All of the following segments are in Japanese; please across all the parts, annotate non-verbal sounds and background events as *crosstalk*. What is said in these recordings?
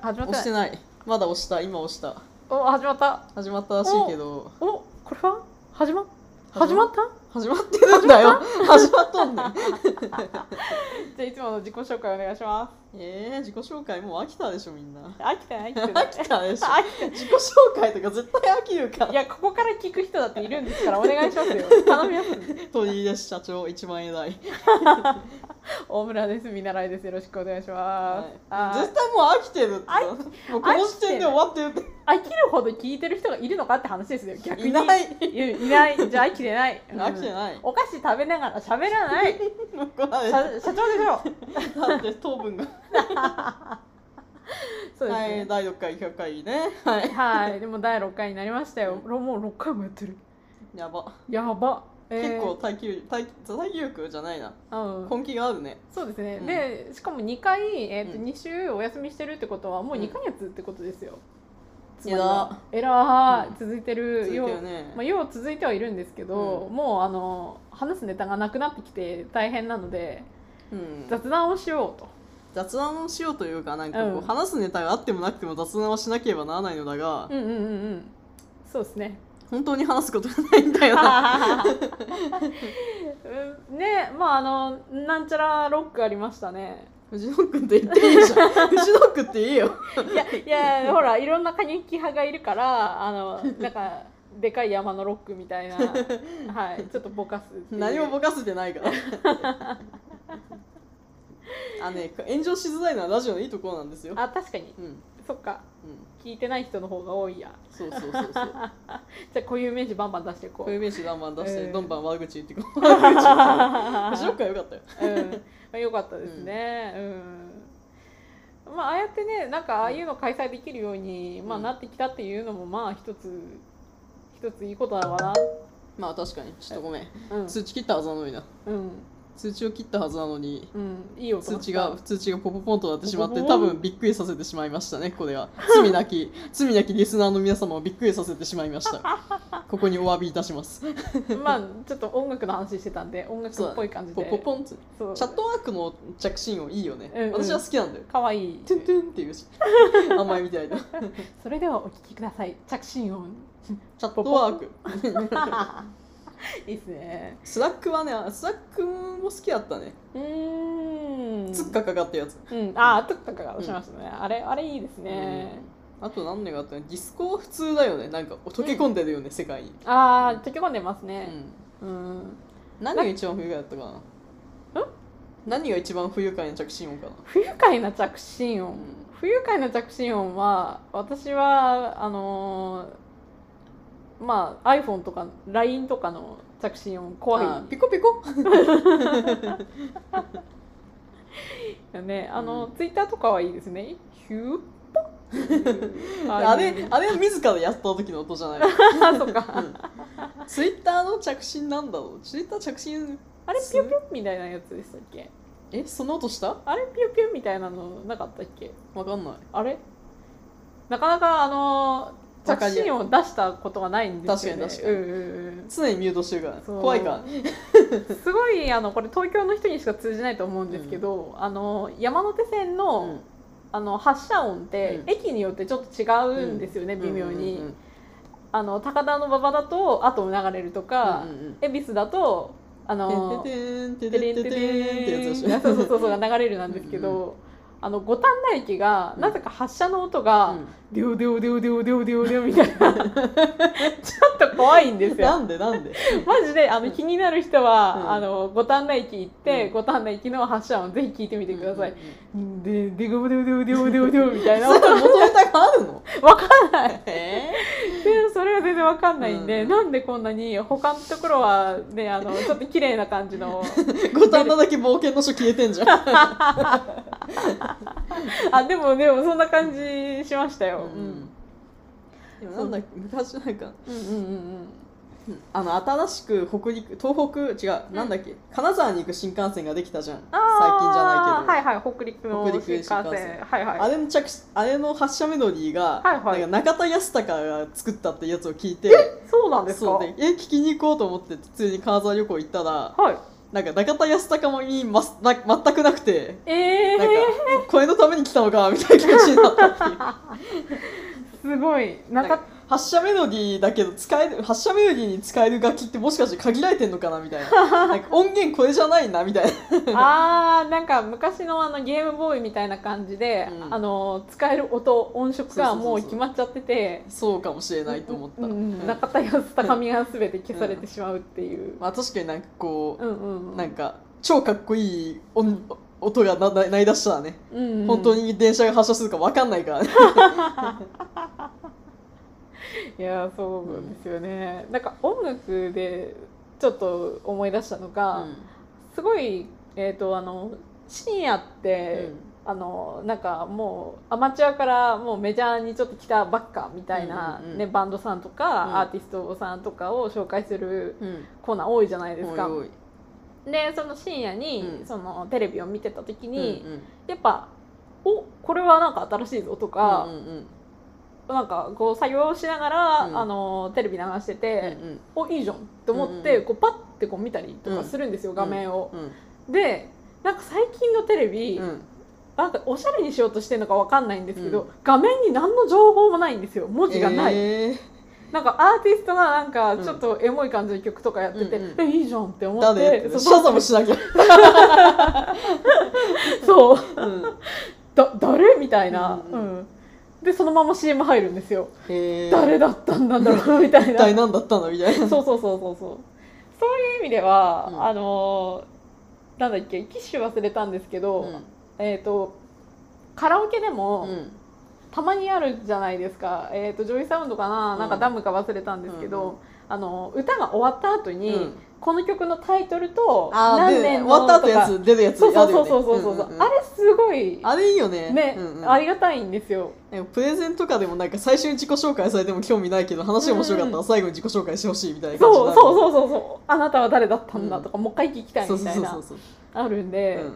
始まっ押しててないないまだ押した今押したお始まった始まったらしいけどおこれは始ま始始ままっった始まってるんだよ始まっとんねんじゃあいつもの自己紹介お願いしまえー、自己紹介もう飽きたでしょみ *laughs* んなす飽きてない飽きてない飽きたでしょ *laughs* 飽きて自己紹介とか絶対飽きるかいらやここから聞く人だっているんですからお願いしますよ *laughs* 頼みます鳥居です社長一万円台、大村です見習いですよろしくお願いしまはすい、絶、あ対もう飽きてるって飽もうこの時点で終わってるって飽きるほど聞いてる人がいるのかって話ですよ逆にいないいいない *laughs* じゃあ飽きてないうん飽きてない、お菓子食べながら喋らない *laughs* もうこれ社社長でしょだって糖分が、そうですはねい第6回100回ねはいはい、でも第6回になりましたよ。ろもう6回もやってる。やば、やば。えー結構耐久耐耐久力じゃないなうん、根気があるねそうですね、うんでしかも2回、えーとうん2週お休みしてるってことはもう2か月ってことですよ、つまりは偉えらい、うん続いてる続いてよるう、ねまあ、よう続いてはいるんですけど、うもうあの話すネタがなくなってきて大変なのでうん雑談をしようと、雑談をしようというかなんかこう、うん話すネタがあってもなくても雑談はしなければならないのだうが、んうんうんうんそうです *laughs* ね *laughs* 本当に話すことがないんだよなうんねまああのなんちゃらロックありましたね藤野くんって言っていいじゃん藤野くんっていいよ *laughs* いやいやほらいろんな過激派がいるからあのなんかでかい山のロックみたいな、はい、ちょっとぼかすっていう何もぼかせてないから *laughs* あね炎上しづらいのはラジオのいいところなんですよあ確かにうんうんそっか聞いてない人の方が多いやそうそうそうそうじゃあこういう名詞バンバン出していここういう名詞バンバン出して、えーどんどん悪口言ってこう悪口言って *laughs* こう藤野くんはよかったよう、うんまあ、よかったですねうん、まあああやってねなんかああいうの開催できるように、まあ、うんなってきたっていうのもまあ一つ一ついいことだわなまあ確かにちょっとごめんうん通知切ったはずなのになうん、通知を切ったはずなのにうん、いい音通がした知が通知がポポポンとなってしまってポポポ多ン分びっくりさせてしまいましたねこれは罪 *laughs* なき罪なきリスナーの皆様をびっくりさせてしまいましたここにお詫びいたしますまあちょっと音楽の話してたんで音楽っぽい感じポでポポンってそうチャットワークの着信音いいよね、うんうん私は好きなんだよかわいいトゥントゥンってい *laughs* うし甘いみたいなチそれではお聞きください着信音 *laughs* ャットワークいいっすねスラックはねあスラックも好きだったねうーんつっかかかったやつ、うんああつっかかがしましたね、あれあれいいですね、うんあと何年があったのディスコは普通だよねなんか溶け込んでるよね、世界に、ああ溶け込んでますうねんうん、何が一番不愉快だったかなうん何が一番不愉快な着信音かな不愉快な着信う音ん不愉快な着信音は私はあのーまあ iPhone とか LINE とかの着信音怖いあピコピコよね。あの、うんツイッターとかはいいですね。ヒュー *laughs* ポッあれあれは自らやった時の音じゃないあそうか。ツイッターの着信なんだろうツイッター着信あれピュピュみたいなやつでしたっけ？えその音したあれピュピュみたいなのなかったっけ？わかんないあれ？なかなかあのわか着りや信を出したことがないんですよね。確かに確かにうんうんうん常にミュートしてるからそう怖いからすごいあのこれ東京の人にしか通じないと思うんですけど、あの山手線の、うんあの発車音って、うん駅によってちょっと違うんですよね、微妙に。うんうんあの高田の馬場だと後を流れるとか。うんうんうん恵比寿だとあのてんてテんてレんンテてんレてんンてんってやつそうでしょそうそうそうが流れるなんですけどあの五反田駅がうんなぜか発車の音が「うデュデュデュデュデュデュデュ」みたいなちょっと怖いんでんすなよんでなんでマジであうのん気になる人は、うんあの五反田駅行って、うん五反田駅の発車音ぜひ聞いてみてください、うんうんうんでデュデュデュデュデュデュみたいなそれ求めたがあるのわかんないえでそれは全然わかんないんで、うんなんでこんなに他のところはねあのちょっと綺麗な感じのー五反田だけ冒険の書消えてんじゃん *laughs* あでもでもそんな感じしました *laughs* よ。ううんん、でもなんだっけ昔なんかうんうんうんあの新しく北陸東北違う、なんだっけ金沢に行く新幹線ができたじゃん *laughs* 最近じゃないないけど、けど。はいはい北陸の北新陸幹新幹線線はいはい。あれの着あれの発車メロディーが、はいはいなんか中田康隆が作ったってやつを聞いてそうなんですか。そうでえ聞きに行こうと思って普通に金沢旅行行ったらはい。なんか中田康隆もいい、ま、な全くなくてええなんかこれのために来たのかみたいな気持ちになったっていうすごいななんんかか発射メロディーだけど使える発射メロディーに使える楽器ってもしかして限られてんのかなみたいな *laughs* なんか音源これじゃないなみたいなあーなんか昔のあのゲームボーイみたいな感じで、うんあの使える音音色そうそうがそうそうもう決まっちゃっててそうかもしれないと思った、うんうん中田康隆が全て消されてしまうっていう、まあ、確かになんかこうんうんうう、んなんか超かっこいい音音がなな鳴り出したらね、うんうん本当に電車が発車するか分かんないからねいやーそうですよね、なんか音楽でちょっと思い出したのが、 *laughs* すごいえっ、とあの深夜って、あのなんかもうアマチュアからもうメジャーにちょっと来たばっかみたいな、うんうんうんね、バンドさんとか、うんアーティストさんとかを紹介するうんうんコーナー多いじゃないですか。おいおいでその深夜に、うんそのテレビを見てた時に、うんうんやっぱ「おこれはなんか新しいぞ」とか、うんうんなんかこう作業しながら、うんあのテレビ流してうんて、うんおいいじゃんって思っうんて、うんこうパッてこう見たりとかするんですよ、画面を。うんでなんか最近のテレビ、うんなんかおしゃれにしようとしてるのかわかんないんですけど、うん画面に何の情報もないんですよ文字がない、えなんかアーティストがなんかうんちょっとエモい感じの曲とかやってて、うんうんえいいじゃんって思ー、っ誰っててねシそャうザム *laughs* しなきゃ、そううん、だ誰みたいな、ううんうんでそのまま CM 入るんですよ、えー、誰だったんだろうみたい一な体何だったのみ *laughs* たいなそうそうそうそうそうそういう意味では、うんあのーなんだっけ機種忘れたんですけど、えっ、とカラオケでも、うんたまにあるじゃないですか、えー、とジョイサウンドかな、うんなんかダムか忘れたんですけど、うんうんあの歌が終わった後うに、ん、この曲のタイトルとあー何で年終のわった後とやかつ出るやつそうそあうるそうよねそうそうそう、んんんあれすごいあれいいよねね、うんうんありがたいんですよなんかプレゼンとかでもなんか最初に自己紹介されても興味ないけど話が面白かったうんうらん最後に自己紹介してほしいみたいな感じにそうなるそうそうそうそうあなたは誰だったんだとか、もう一回聞きたいそうみそたういそうなそうそうあるんで、うん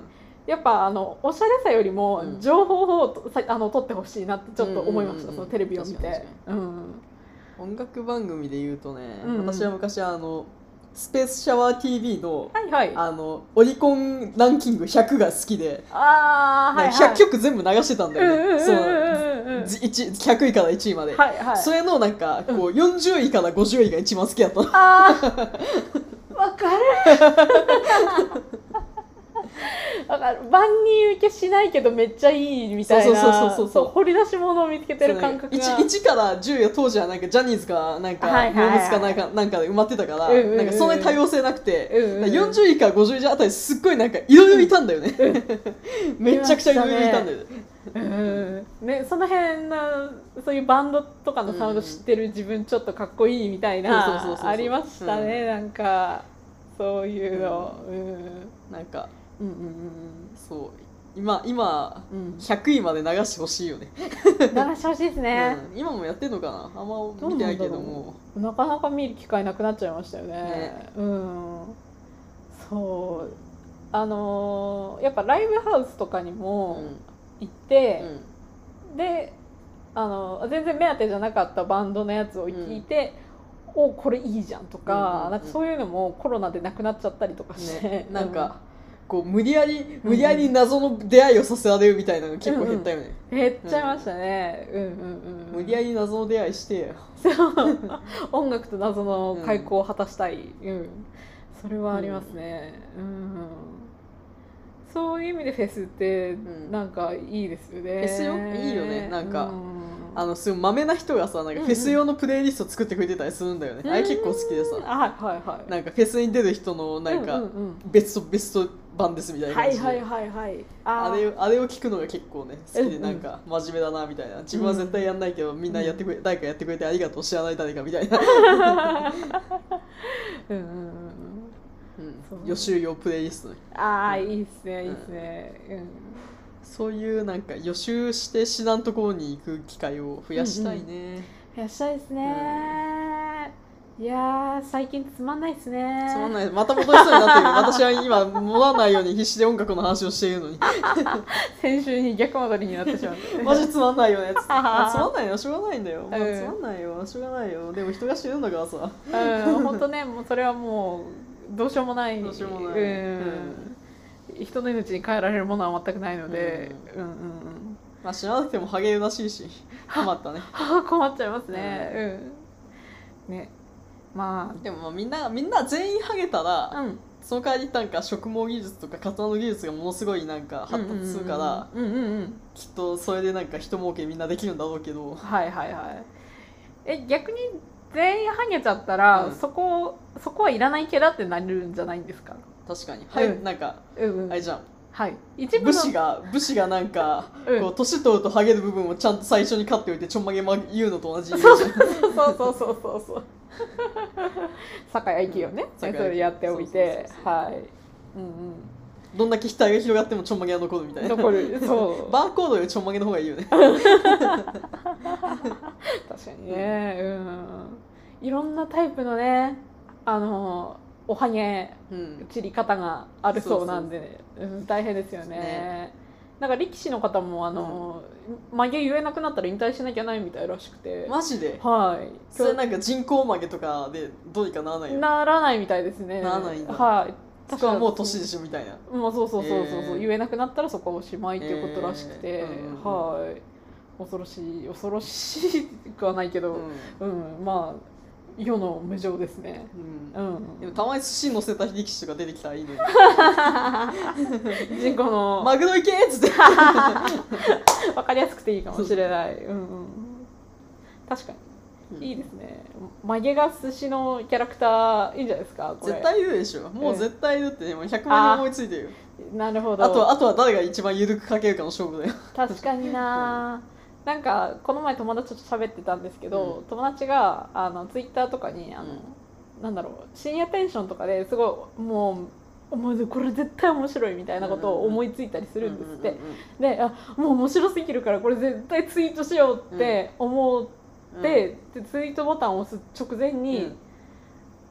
やっぱあのおしゃれさよりもうん情報をとさあの取ってほしいなってちょっと思いました、うんうんうんそうんのテレビを見確かにて確。うん音楽番組で言うとね、うんうん私は昔あのスペースシャワー TV のはいはい。ああのオリコンランキング100が好きで、あーはい、はい。 100曲全部流してたんだうんうんよね、そのうんうんうんうん。じ一100位から1位まで、はいはい。それのなんかこう40位から50位が一番好きだったのああ、わかる。わかる。万人受けしないけどめっちゃいいみたいな。そうそうそうそうそう掘り出し物を見つけてる感覚が。 1, から10位は当時はなんかジャニーズかなんかはいはいはいモームスかなんかなんかで埋まってたから、うんうんうんなんかそんなに多様性なくて、うんうんだから40位から50位あたりすっごいなんかいろいろいたんだよね、 *laughs* めちゃくちゃいろいろいたんだよねうんね、その辺のそういうバンドとかのサウンド知ってる自分ちょっとかっこいいみたいそうそうそうそうなそうありましたね、なんかそういうの、うん、なんかうんうんそう今今うんうん100位まで流してほしいよね流してほしいですね、うん今もやってんのかなあんま見てないけどもなかなか見る機会なくなっちゃいましたよね。ねうん。そう。あのーやっぱライブハウスとかにも行って、で、あの全然目当てじゃなかったバンドのやつを聞いて、おこれいいじゃんとか、うんうんうんなんかそういうのもコロナでなくなっちゃったりとかして、ね、なんかこう無理やり無理やり謎の出会いをさせられるみたいなの結構減ったよね、うん減っちゃいましたね。うん、うん、うんうん。無理やりり謎の出会いして音楽と謎の開口を果たしたい、うんそれはありますね、うんそういう意味でフェスってんなんかいいですよね、フェスよいいよねなんかうんあのすごいマメな人がさなんかうんうんフェス用のプレイリスト作ってくれてたりするんだよね、あれ結構好きでうんさあはいはいはいなんかフェスに出る人のなんうんかうんうんベストベスト版ですみたいなは感じいで、はいはいはいああーれをあれを聞くのが結構ね好きでうんなんか真面目だなみたいな自分は絶対やんないけどみんなやってくれ誰かやってくれてありがとう知らない誰かみたいな、うんうんうんうんうん予習用プレイリストねあーいいっすねいいっすね、うんそういうなんか予習して知らんところに行く機会を増やしたいね、いらっしゃいですね、いやー最近つまんないっすねつまんないまた戻りそうになってる私は今戻らないように必死で音楽の話をしているのに先週に逆戻りになってしまった *laughs* マジつまんないよねつってまあつまんないよしょうがないんだよ、まあうんつまんないよしょうがないよでも人が死ぬんだからさうん、本当ね、もうそれはもうどうしようもないどうしようもないうん人の命に変えられるものは全くないので、うん、うんうんまあ知らなくてもハゲらしいしハマったねはあ *laughs* 困っちゃいますね、うんねま *laughs* でもまあみんなみんな全員ハゲたあら、うんその代わりなんか植毛技術とか刀の技術がものすごいなんか発達するから、うんうんうんきっとそれでなんか人儲けみんなできるんだろうけどはいはいはいえ逆に全員ハゲちゃったら、うんそこそこはいらない毛だってなるんじゃないんですか確かに、はいうんなんかうんうんあれじゃんはい一部の武士が武士がなんかうんこう年取るとハゲる部分をちゃんと最初にカッておいてちょんまげま言うのと同じそうそうそうそうそうそうそう。酒屋行きよね。そ酒屋行きれやっておいてそうそうそう、そうはい。うんどんだけ額が広がってもちょんまげが残るみたういん。な残 *laughs* る。そう。バーコードよりちょんまげの方がいいよね確かにね。うん。いろんなタイプのね、あのおはげうん散り方があるそうなんで、うん大変ですよね。ねなんか力士の方もあの、曲げ言えなくなったら引退しなきゃないみたいらしくて、マジではい。それなんか人工曲げとかでどうにかならないよならないみたいですね。ならないんだはい。しかももう年でしょみたいなまあそうそうそうそうそう、えー言えなくなったらそこはおしまいっていうことらしくて、えーうんうんはい恐ろしい恐ろしくはないけうど、んうんまあ世の無常ですねうんうんでもたまに寿司乗せた力士とか出てきたらいいね人口の、 *laughs* マグロ行けっつって分かりやすくていいかもしれない、うんうん、確かにいいですね曲げが寿司のキャラクターいいんじゃないですかこれ絶対いるでしょもう絶対いるってもう100万人思いついてるよなるほどあとあとは誰が一番緩くかけるかの勝負だよ確かにな、なんかこの前友達と喋ってたんですけど、友達があのツイッターとかにあの、なんだろう深夜テンションとかですごいもうもうこれ絶対面白いみたいなことを思いついたりするんですって、であもう面白すぎるからこれ絶対ツイートしようって思っうんうんうんうんて、でツイートボタンを押す直前うんに、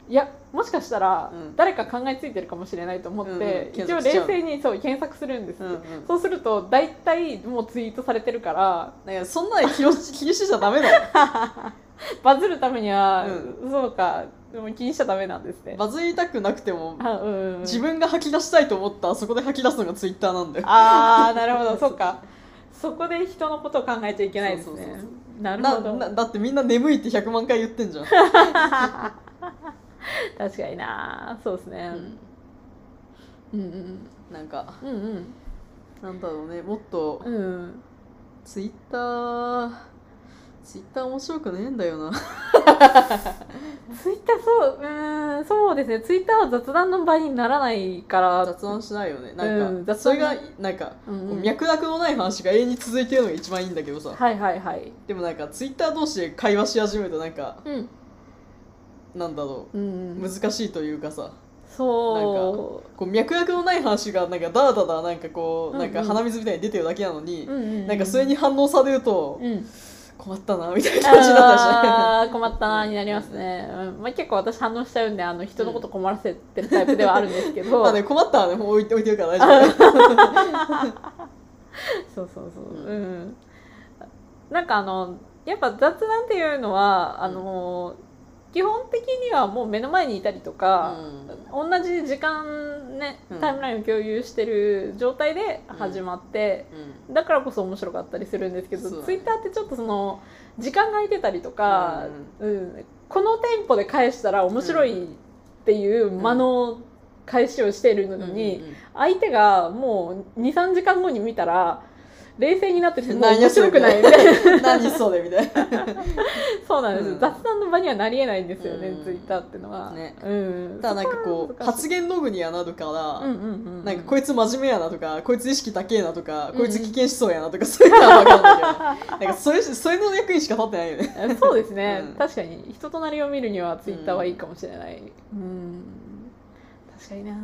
いやもしかしたらうん誰か考えついてるかもしれないと思って、うんうん検一応索しちゃ冷う静にそう検索するんですって、うんうんそうすると大体もうツイートされてるからなんかそんなの気をし気にしちゃダメだよバズるためには、うそうかでも気にしちゃダメなんですね。バズりたくなくてもあうん、自分が吐き出したいと思ったらそこで吐き出すのがツイッターなんだよあーなる *laughs* ほどそうかそこで人のことを考えちゃいけないですねそうそうそうなるなほどなだってみんな眠いって100万回言ってんじゃん、確かになそうですね、うん、うん *laughs* なんかうんうんなんだろうねもっとうんうんツイッターツイッター面白くねえんだよ *laughs* なツイッターそううーんそうですねツイッターは雑談の場にならないから雑談しないよねなんか、うん雑談それがなんか、うんこううん脈絡のない話が永遠に続いてるのが一番いいんだけどさはいはいはいでもなんかツイッター同士で会話し始めるとなんかうんなんだろううんうん難しいというかさそこう脈絡のない話がなんかダラダラなんかこうなんうかんうん鼻水みたいに出てるだけなのにう、うんうんなんかそれに反応されるとうん困ったなみたいな感じになったりしないあー困ったなーになりますね、うんまあ、結構私反応しちゃうんであの人のこと困らせてるタイプではあるんですけど、 *laughs* まあね困ったらねもう置いて置いてるから大丈そ夫うそうそうううんん、なんかあのやっぱ雑談っていうのはあの、基本的にはもう目の前にいたりとか、同じ時間ねうんタイムラインを共有してる状態で始まって、だからこそ面白かったりするんですけそうだど、ねツイッターってちょっとその時間が空いてたりとか、うんこのテンポで返したら面白いっていう間の返しをしているのに、相手がもう23時間後に見たら冷静になっててもう何や面それ白くないみたいな *laughs* *laughs* 何それみたいなそうなんです、うん雑談の場にはなりえないんですよね、うんツイッターってのは、ねうん、ただなんかこう発言言ログにはなるかうら、んうんうん、なんかこいつ真面目やなとかこいつ意識高えなとか、うんこいつ危険思想やなとかそういうのは分かんない *laughs* けどなんかそれそれの役にしか立ってないよねそうですね、うん確かに人となりを見るにはツイッターはいいかもしれないうん、確かにな、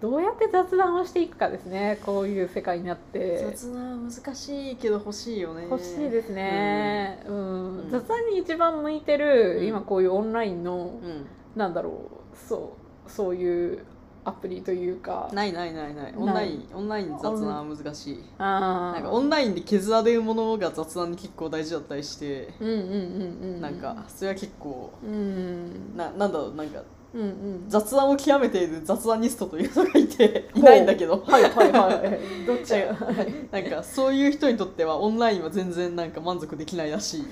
どうやって雑談をしていくかですねこういう世界になって雑談難しいけど欲しいよね欲しいですね、うんうん雑談に一番向いてる、うん今こういうオンラインの、うなんだろうそうそういうアプリというかん、ないないないないいオンラインオンライン雑談は難しいあーなんかオンラインで削られるものが雑談に結構大事だったりして、うんうんうんうんなんかそれは結構うんななんだろうなんかうんうん雑談を極めている雑談ニストというのがいていないんだけどはいはいはいどっちが *laughs* なんかそういう人にとってはオンラインは全然なんか満足できないらしい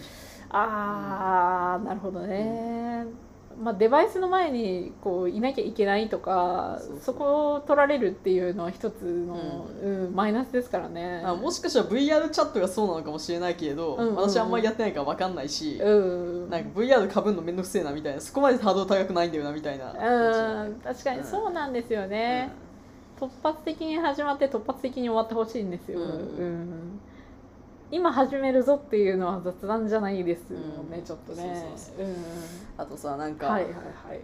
あーなるほどね、まあ、デバイスの前にこういなきゃいけないとかそうそそうこを取られるっていうのは一つの、うんマイナスですからねあもしかしたら VR チャットがそうなのかもしれないけれど、うんうんうん私あんまりやってないから分かんないし、うんなんか VR かぶんのめんどくせえなみたいなそこまで波動高くないんだよなみたいな、うん確かうんにそうなんですよね、突発的に始まって突発的に終わってほしいんですよ、ううんん今始めるぞっていうのは雑談じゃないですよね、うんちょっとねそううんあとさなんか、はいはいはい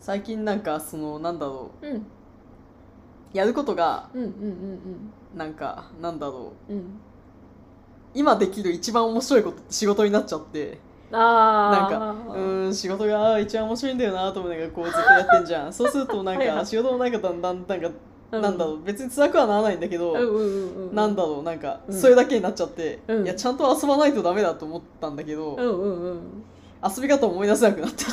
最近なんかそのなんだろうんうやることがうんうんなんかなんだろううんうん今できる一番面白いことって仕事になっちゃってなんああかうーん仕事が一番面白いんだよなと思いながらこうずっとやってんじゃ *laughs* んそうするとなんはいはかい仕事もなんかだんだんなんか、なんだろう別に辛くはならないんだけど、うんうんうんうん、なんだろうなんかうんそれだけになっちゃって、うんいやちゃんと遊ばないとダメだと思ったんだけうど、んうんうん遊び方を思い出せなくなってきて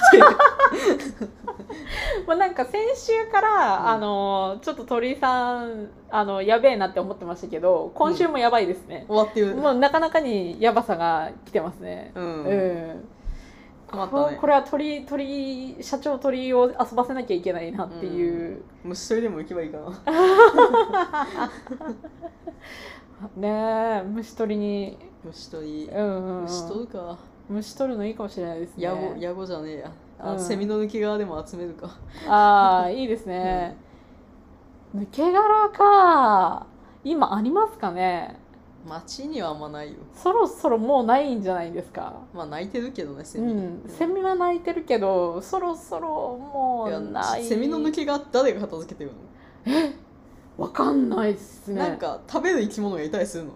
*laughs* まあなんか先週から、うんあのちょっと鳥居さんあのやべえなって思ってましたけど今週もやばいですね、終わってるもうなかなかにやばさが来てますねうん、うん困っこたねこれは鳥鳥社長鳥を遊ばせなきゃいけないなっていう、虫取りでも行けばいいか *laughs* なねえ虫取りに、虫取り、うんうんうん、虫取るか虫取るのいいかもしれないですねヤゴヤゴじゃねえやあ、うんセミの抜け殻でも集めるかああいいですね、抜け殻か今ありますかね街にはあんまないよそろそろもうないんじゃないですかまあ泣いてるけどねセうミ、んセミは鳴いてるけどそろそろもいうやないセミの抜け殻誰が片付けてるの、わかんないっすねなんか食べる生き物がいたりするの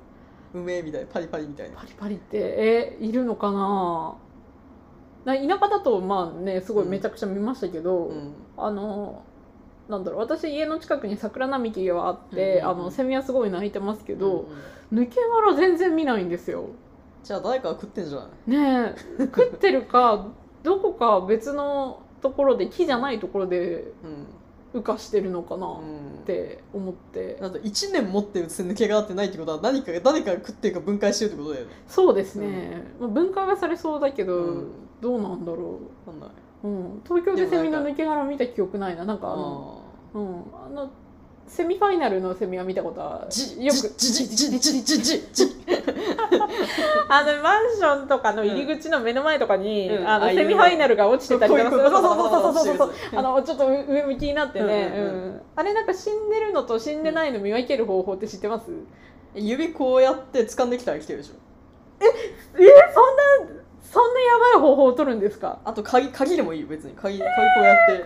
うめえみたいなパリパリみたいなパリパリってえいるのかなな田舎だとまあねすごいめちゃくちゃ見ましたけど、うんあのなんだろう私家の近くに桜並木があって、うんうんうんあのセミはすごい鳴いてますけど、うん抜け殻全然見ないんですよじゃあ誰かが食ってんじゃないね *laughs* え食ってるかどこか別のところで木じゃないところでうん浮かしてるのかなっうんて思って、だと1年持って抜け殻ってないってことは何か誰かが食ってるか分解してるってことだよねそうですね、まあ分解はされそうだけど、うんどうなんだろ分かんない、う、うん、東京でセミでものなんか抜け殻見た記憶ないななんかあの、あーうん、あのセミファイナルのセミは見たことはじよよくくじじじじじじじあのマンションとかの入り口の目の前とかに、うんああのいるセねミファイナルが落ちてたりとかこうそいううそうそうそうそうそうこういうこういうあのちょっと上向きになってね、うんうんううんあれなんか死んでるのと死んでないの見分ける方法って知ってます、指こうやって掴んできたら来てるでしょえーそんなそんなやばい方法を取るんですかあと鍵鍵でもいいよ別に鍵鍵こうやって、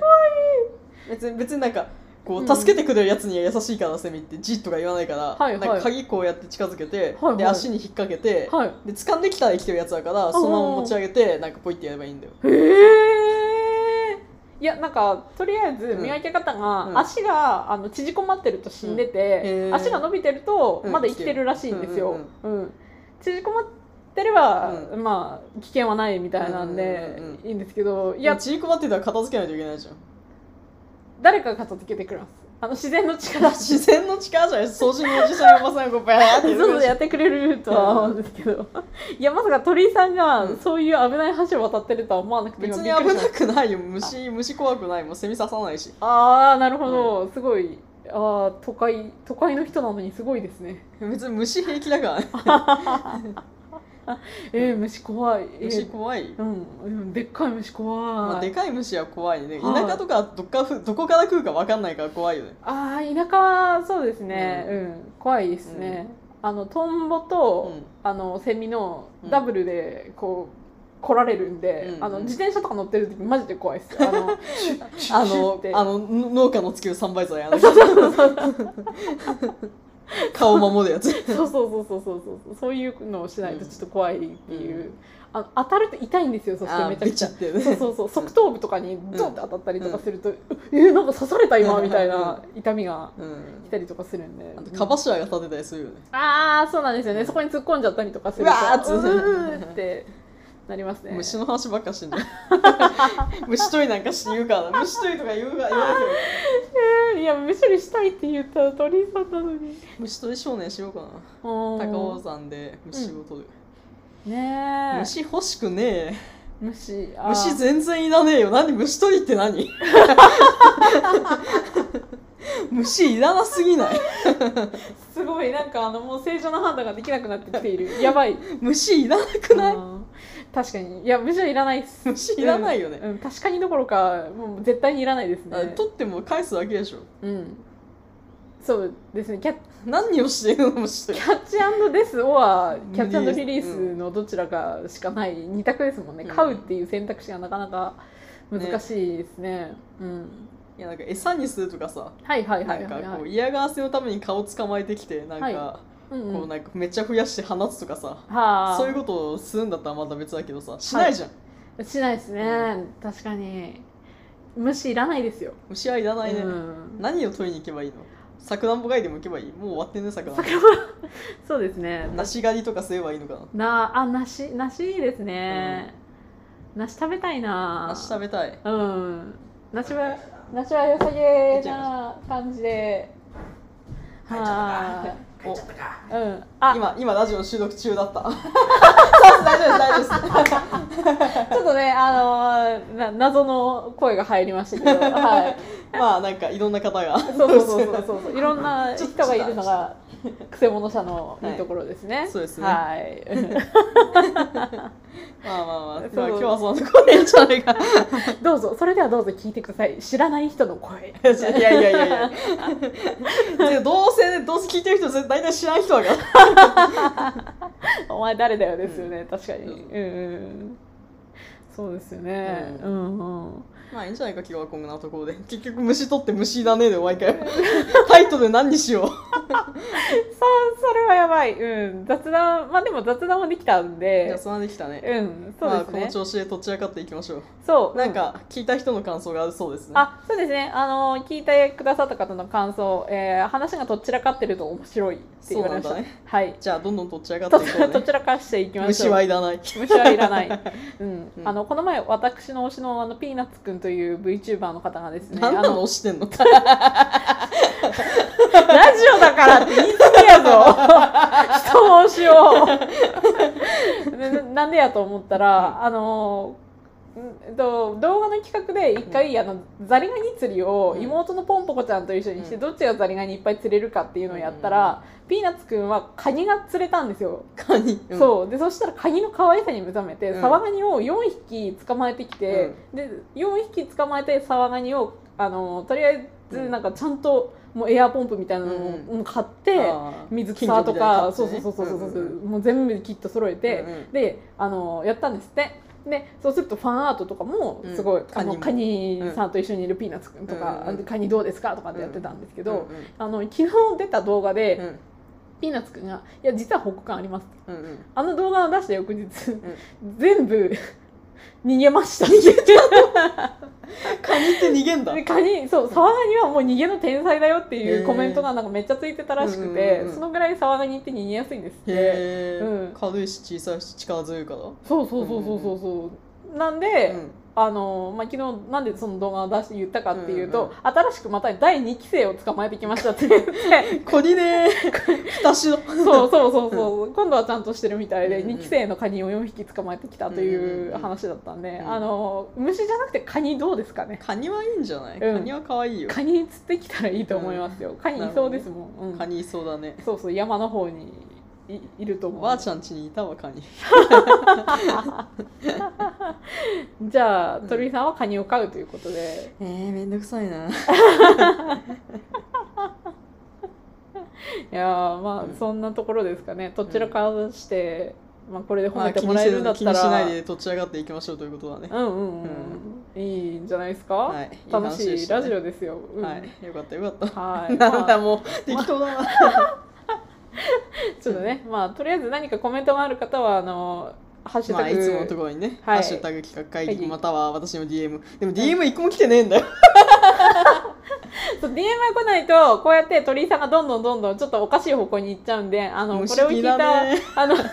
別に別になんかこううん助けてくれるやつには優しいからセミってじとか言わないから、はいはいなんか鍵こうやって近づけて、はいはいで足に引っ掛けて、はいで掴んできたら生きてるやつだからそのまま持ち上げてなんかポイってやればいいんだよへえいやなんかとりあえず見分け方が、うん足があの縮こまってると死んでて、うんへー足が伸びてるとうんまだ生きてるらしいんですよ、うん縮こまってれば、うまあ危険はないみたいなんで、うんうんうんいいんですけどいいや、やちりこまってたら片付けないといけないじゃん誰かが片付けてくれますあの *laughs* 自然の力そう自然の力じゃない掃除のおじさんやおばさんがこうバーってやってくれそるうやってくれでしょるとは思うんですけどいやまさか鳥居さんがうんそうそういう危ない橋を渡ってるとは思わなくて別に今びっくりし危まなしたくないよ虫虫怖くないもんセミ刺さないしああなるほど、すごいああ都会都会の人なのにすごいですね別に虫平気だからねえー、虫怖い、えー虫怖いうんうんでっかい虫怖い、まあ、でかい虫は怖いね、はい田舎とかどっかふどこから食うか分かんないから怖いよねあー田舎はそうですね、ううん怖いですね、あのトンボと、 *laughs* うんあのセミのダブルでこう来られるんで、うんあの自転車とか乗ってる時マジで怖いですあの *laughs* あっのてあのの農家の月る三倍剤あ *laughs* の顔守るやつそうそうそうそうそうそうそういうのをしないとちょっと怖いっていう、あの当たると痛いんですよそしてあめちゃ出くちちゃゃってるそうねそうそう側頭部とかにドンって当たったりとかすると、えなんか刺された今みたいな痛みがうん来たりとかするんであと蚊柱が立てたりするよねああそうなんですよねそこに突っ込んじゃったりとかするうわーっつうーってなりますね虫の話ばっかしてんね *laughs* 虫取りなんかして言うから虫取りとか言うが言わないよえーいや無処理したいって言ったら鳥居さんなのに虫取り少年しようかな高高尾山で虫を取る、ねえ虫欲しくねえ虫あー虫全然いらねえよ何虫取りって何 *laughs* 虫いらなすぎないすごいなんかあのもう正常な判断ができなくなってきてい *laughs* るやばい虫いらなくないうん確かにいや虫はいらないっす虫いらないよねうんうん確かにどころかもう絶対にいらないですあね取っても返すだけでしょうんそうですねキャッ何をしているの虫取キりャッチデスオアキャッチリリリリーーススのどちらかしかない二択ですもんね、うん飼うっていう選択肢がなかなか難しいですねうんいやなんか餌にするとかさはいはいはないんはいかこうはい嫌がらせのために顔捕まえてきてなんか、はうんこううんなんかめっちゃ増やして放つとかさ、はあそういうことをするんだったらまた別だけどさしないじゃん、しないですね、う確かに虫いらないですよ、虫はいらないね、うん、何を取りに行けばいいのさくらんぼ狩りでも行けばいいもう終わってんねさくらんぼそうですね梨狩りとかすればいいのかななあ梨梨いいですね、梨食べたいな梨食べたいうん梨は梨は良さげな感じで帰っちゃったかは帰っちゃったかいうんあ今今ラジオ収録中だった *laughs* 大丈夫です大丈夫ですちょっとね、あのーな謎の声が入りましたけ *laughs* ど、はい、まあなんかいろんな方がそうそうそうそうそうそう、いろんな人がいるのちょが。くせ者者のいいところですね。いそうですねはい。 *laughs* *laughs* まあまあまあ、そうまあ、今日はそんなこといいんじゃないかなどうぞ、それではどうぞ聞いてください。知らない人の声。いやいやいやい *laughs* やでどうせどうせ聞いてる人絶対大体知らん人だからお前誰だよですよね、確かに。うんうん。そうですよね。ううんうん。まあいいんじゃないか今日はこんなところで結局虫取って虫だねえで毎回 *laughs* タイトル何にしようさあ、それはやばい。うん、雑談、まあ、でも雑談もできたんじゃあで。そんなできたねうん、そまあうですこのね。調子でとっちらかっていきましょそうう、なんか聞いた人の感想があるそうですねあそうですね、あの聞いてくださった方の感想、えー話がとっちらかってると面白いって言われました。そうなんだはいじゃあどんどんとっちらかとっていこうねとっちらかしていきまし虫ょう。はいらない虫はいらない、うんうんあのこの前私の推しのあのピーナッツくんという VTuber の方がですね何あなのの押してんのラジオだからって言い過ぎや *laughs* ぞ人の推しをななんでやと思ったらあのうんえっと動画の企画で一回、あのザリガニ釣りをうん妹のポンポコちゃんと一緒にして、うんどっちがザリガニいっぱい釣れるかっていうのをやったら、ピーナッツくんはカニが釣れたんですよ、カニ、うんそうでそしたらカニの可愛さに目覚めて、うんサワガニを4匹捕まえてきて、で4匹捕まえてサワガニをあのとりあえずうんなんかちゃんともうエアポンプみたいなのをうんもう買って、あー水草とか、そうそう近そう所そうみたいそうな感じねそう、もう全部キット揃えて、うんうんであのやったんですってでそうするとファンアートとかもすごい、うんあのカカもニさんと一緒にいるピーナッツくんとか、うんうんうんカニどうですかとかってやってたんですけど、うんあの昨日出た動画で、うんうんピーナッツくんが「いや実は北感あります」うんうんあの動画を出した翌日、全部 *laughs* 逃げました逃げカニって逃げんだカニ *laughs* そうサワガニはもう逃げの天才だよっていへーうコメントがなんかめっちゃついてたらしくうんうてんうんうんそのぐらいサワガニって逃げやすいんですってへえ、うん軽いし小さいし力強いから、そうそうそうそうそうそうなんで、うんあのまあ、昨日なんでその動画を出して言ったかっていうと、うんうん新しくまた第2期生を捕まえてきましたって言って *laughs* こりね *laughs* 二種そのうそうそうそう、今度はちゃんとしてるみたいで、うんうん2期生のカニを4匹捕まえてきたとんうんいううんうん話だったんで、うんあの虫じゃなくてカニどうですかねカニはいいんじゃない、うんカニは可愛いよカニ釣ってきたらいいと思いますよ。カニいそうですもん。うんカニいそうだねそうそう、山の方にいいるとお思う。ばあちゃん家にいたわカニじゃあ、うん鳥居さんはカニを飼うということで、えー、めんどくさいないやーまあ、うんそんなところですかね。どちらかして、まあ、これで褒まめあて気もにらせえるずんだっ気たにら、しないでとっち上がっていきましょうということだねうんうんうん、いいんじゃないですか。はいいい楽し話でいしたねラジオですよ。うんはいよかったよかった *laughs* はいなんまだあもう適当だな *laughs* ちょっとね、まあ、とりあえず何かコメントがある方は、あの、ハッシュまタあグ、いつものところにね、はいハッシュタグ企画会議会議または私の DM でも DM 一個も来てねえんだよそう DM が来ないとこうやって鳥居さんがどんどんどんどんちょっとおかしい方向に行っちゃうんであの虫これを聞い嫌だた、ねあの *laughs*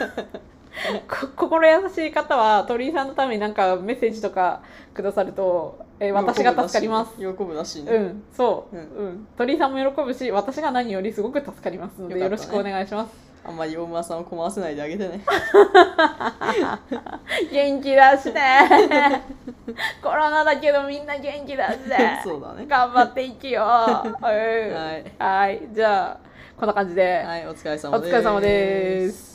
こ心優しい方は鳥居さんのためになんかメッセージとかくださると、えー *laughs* 私が助かります。喜ぶらしいね。うん、そう、ううんん、鳥居さんも喜ぶし、私が何よりすごく助かりますので、よかったねよろしくお願いします。あんまり大村さんを困らせないであげてね。元気出して *laughs* コロナだけどみんな元気出 *laughs* して *laughs* そうだね。頑張っていきよう、うんはい。はいじゃあこんな感じで、はい、お疲れ様。お疲れ様です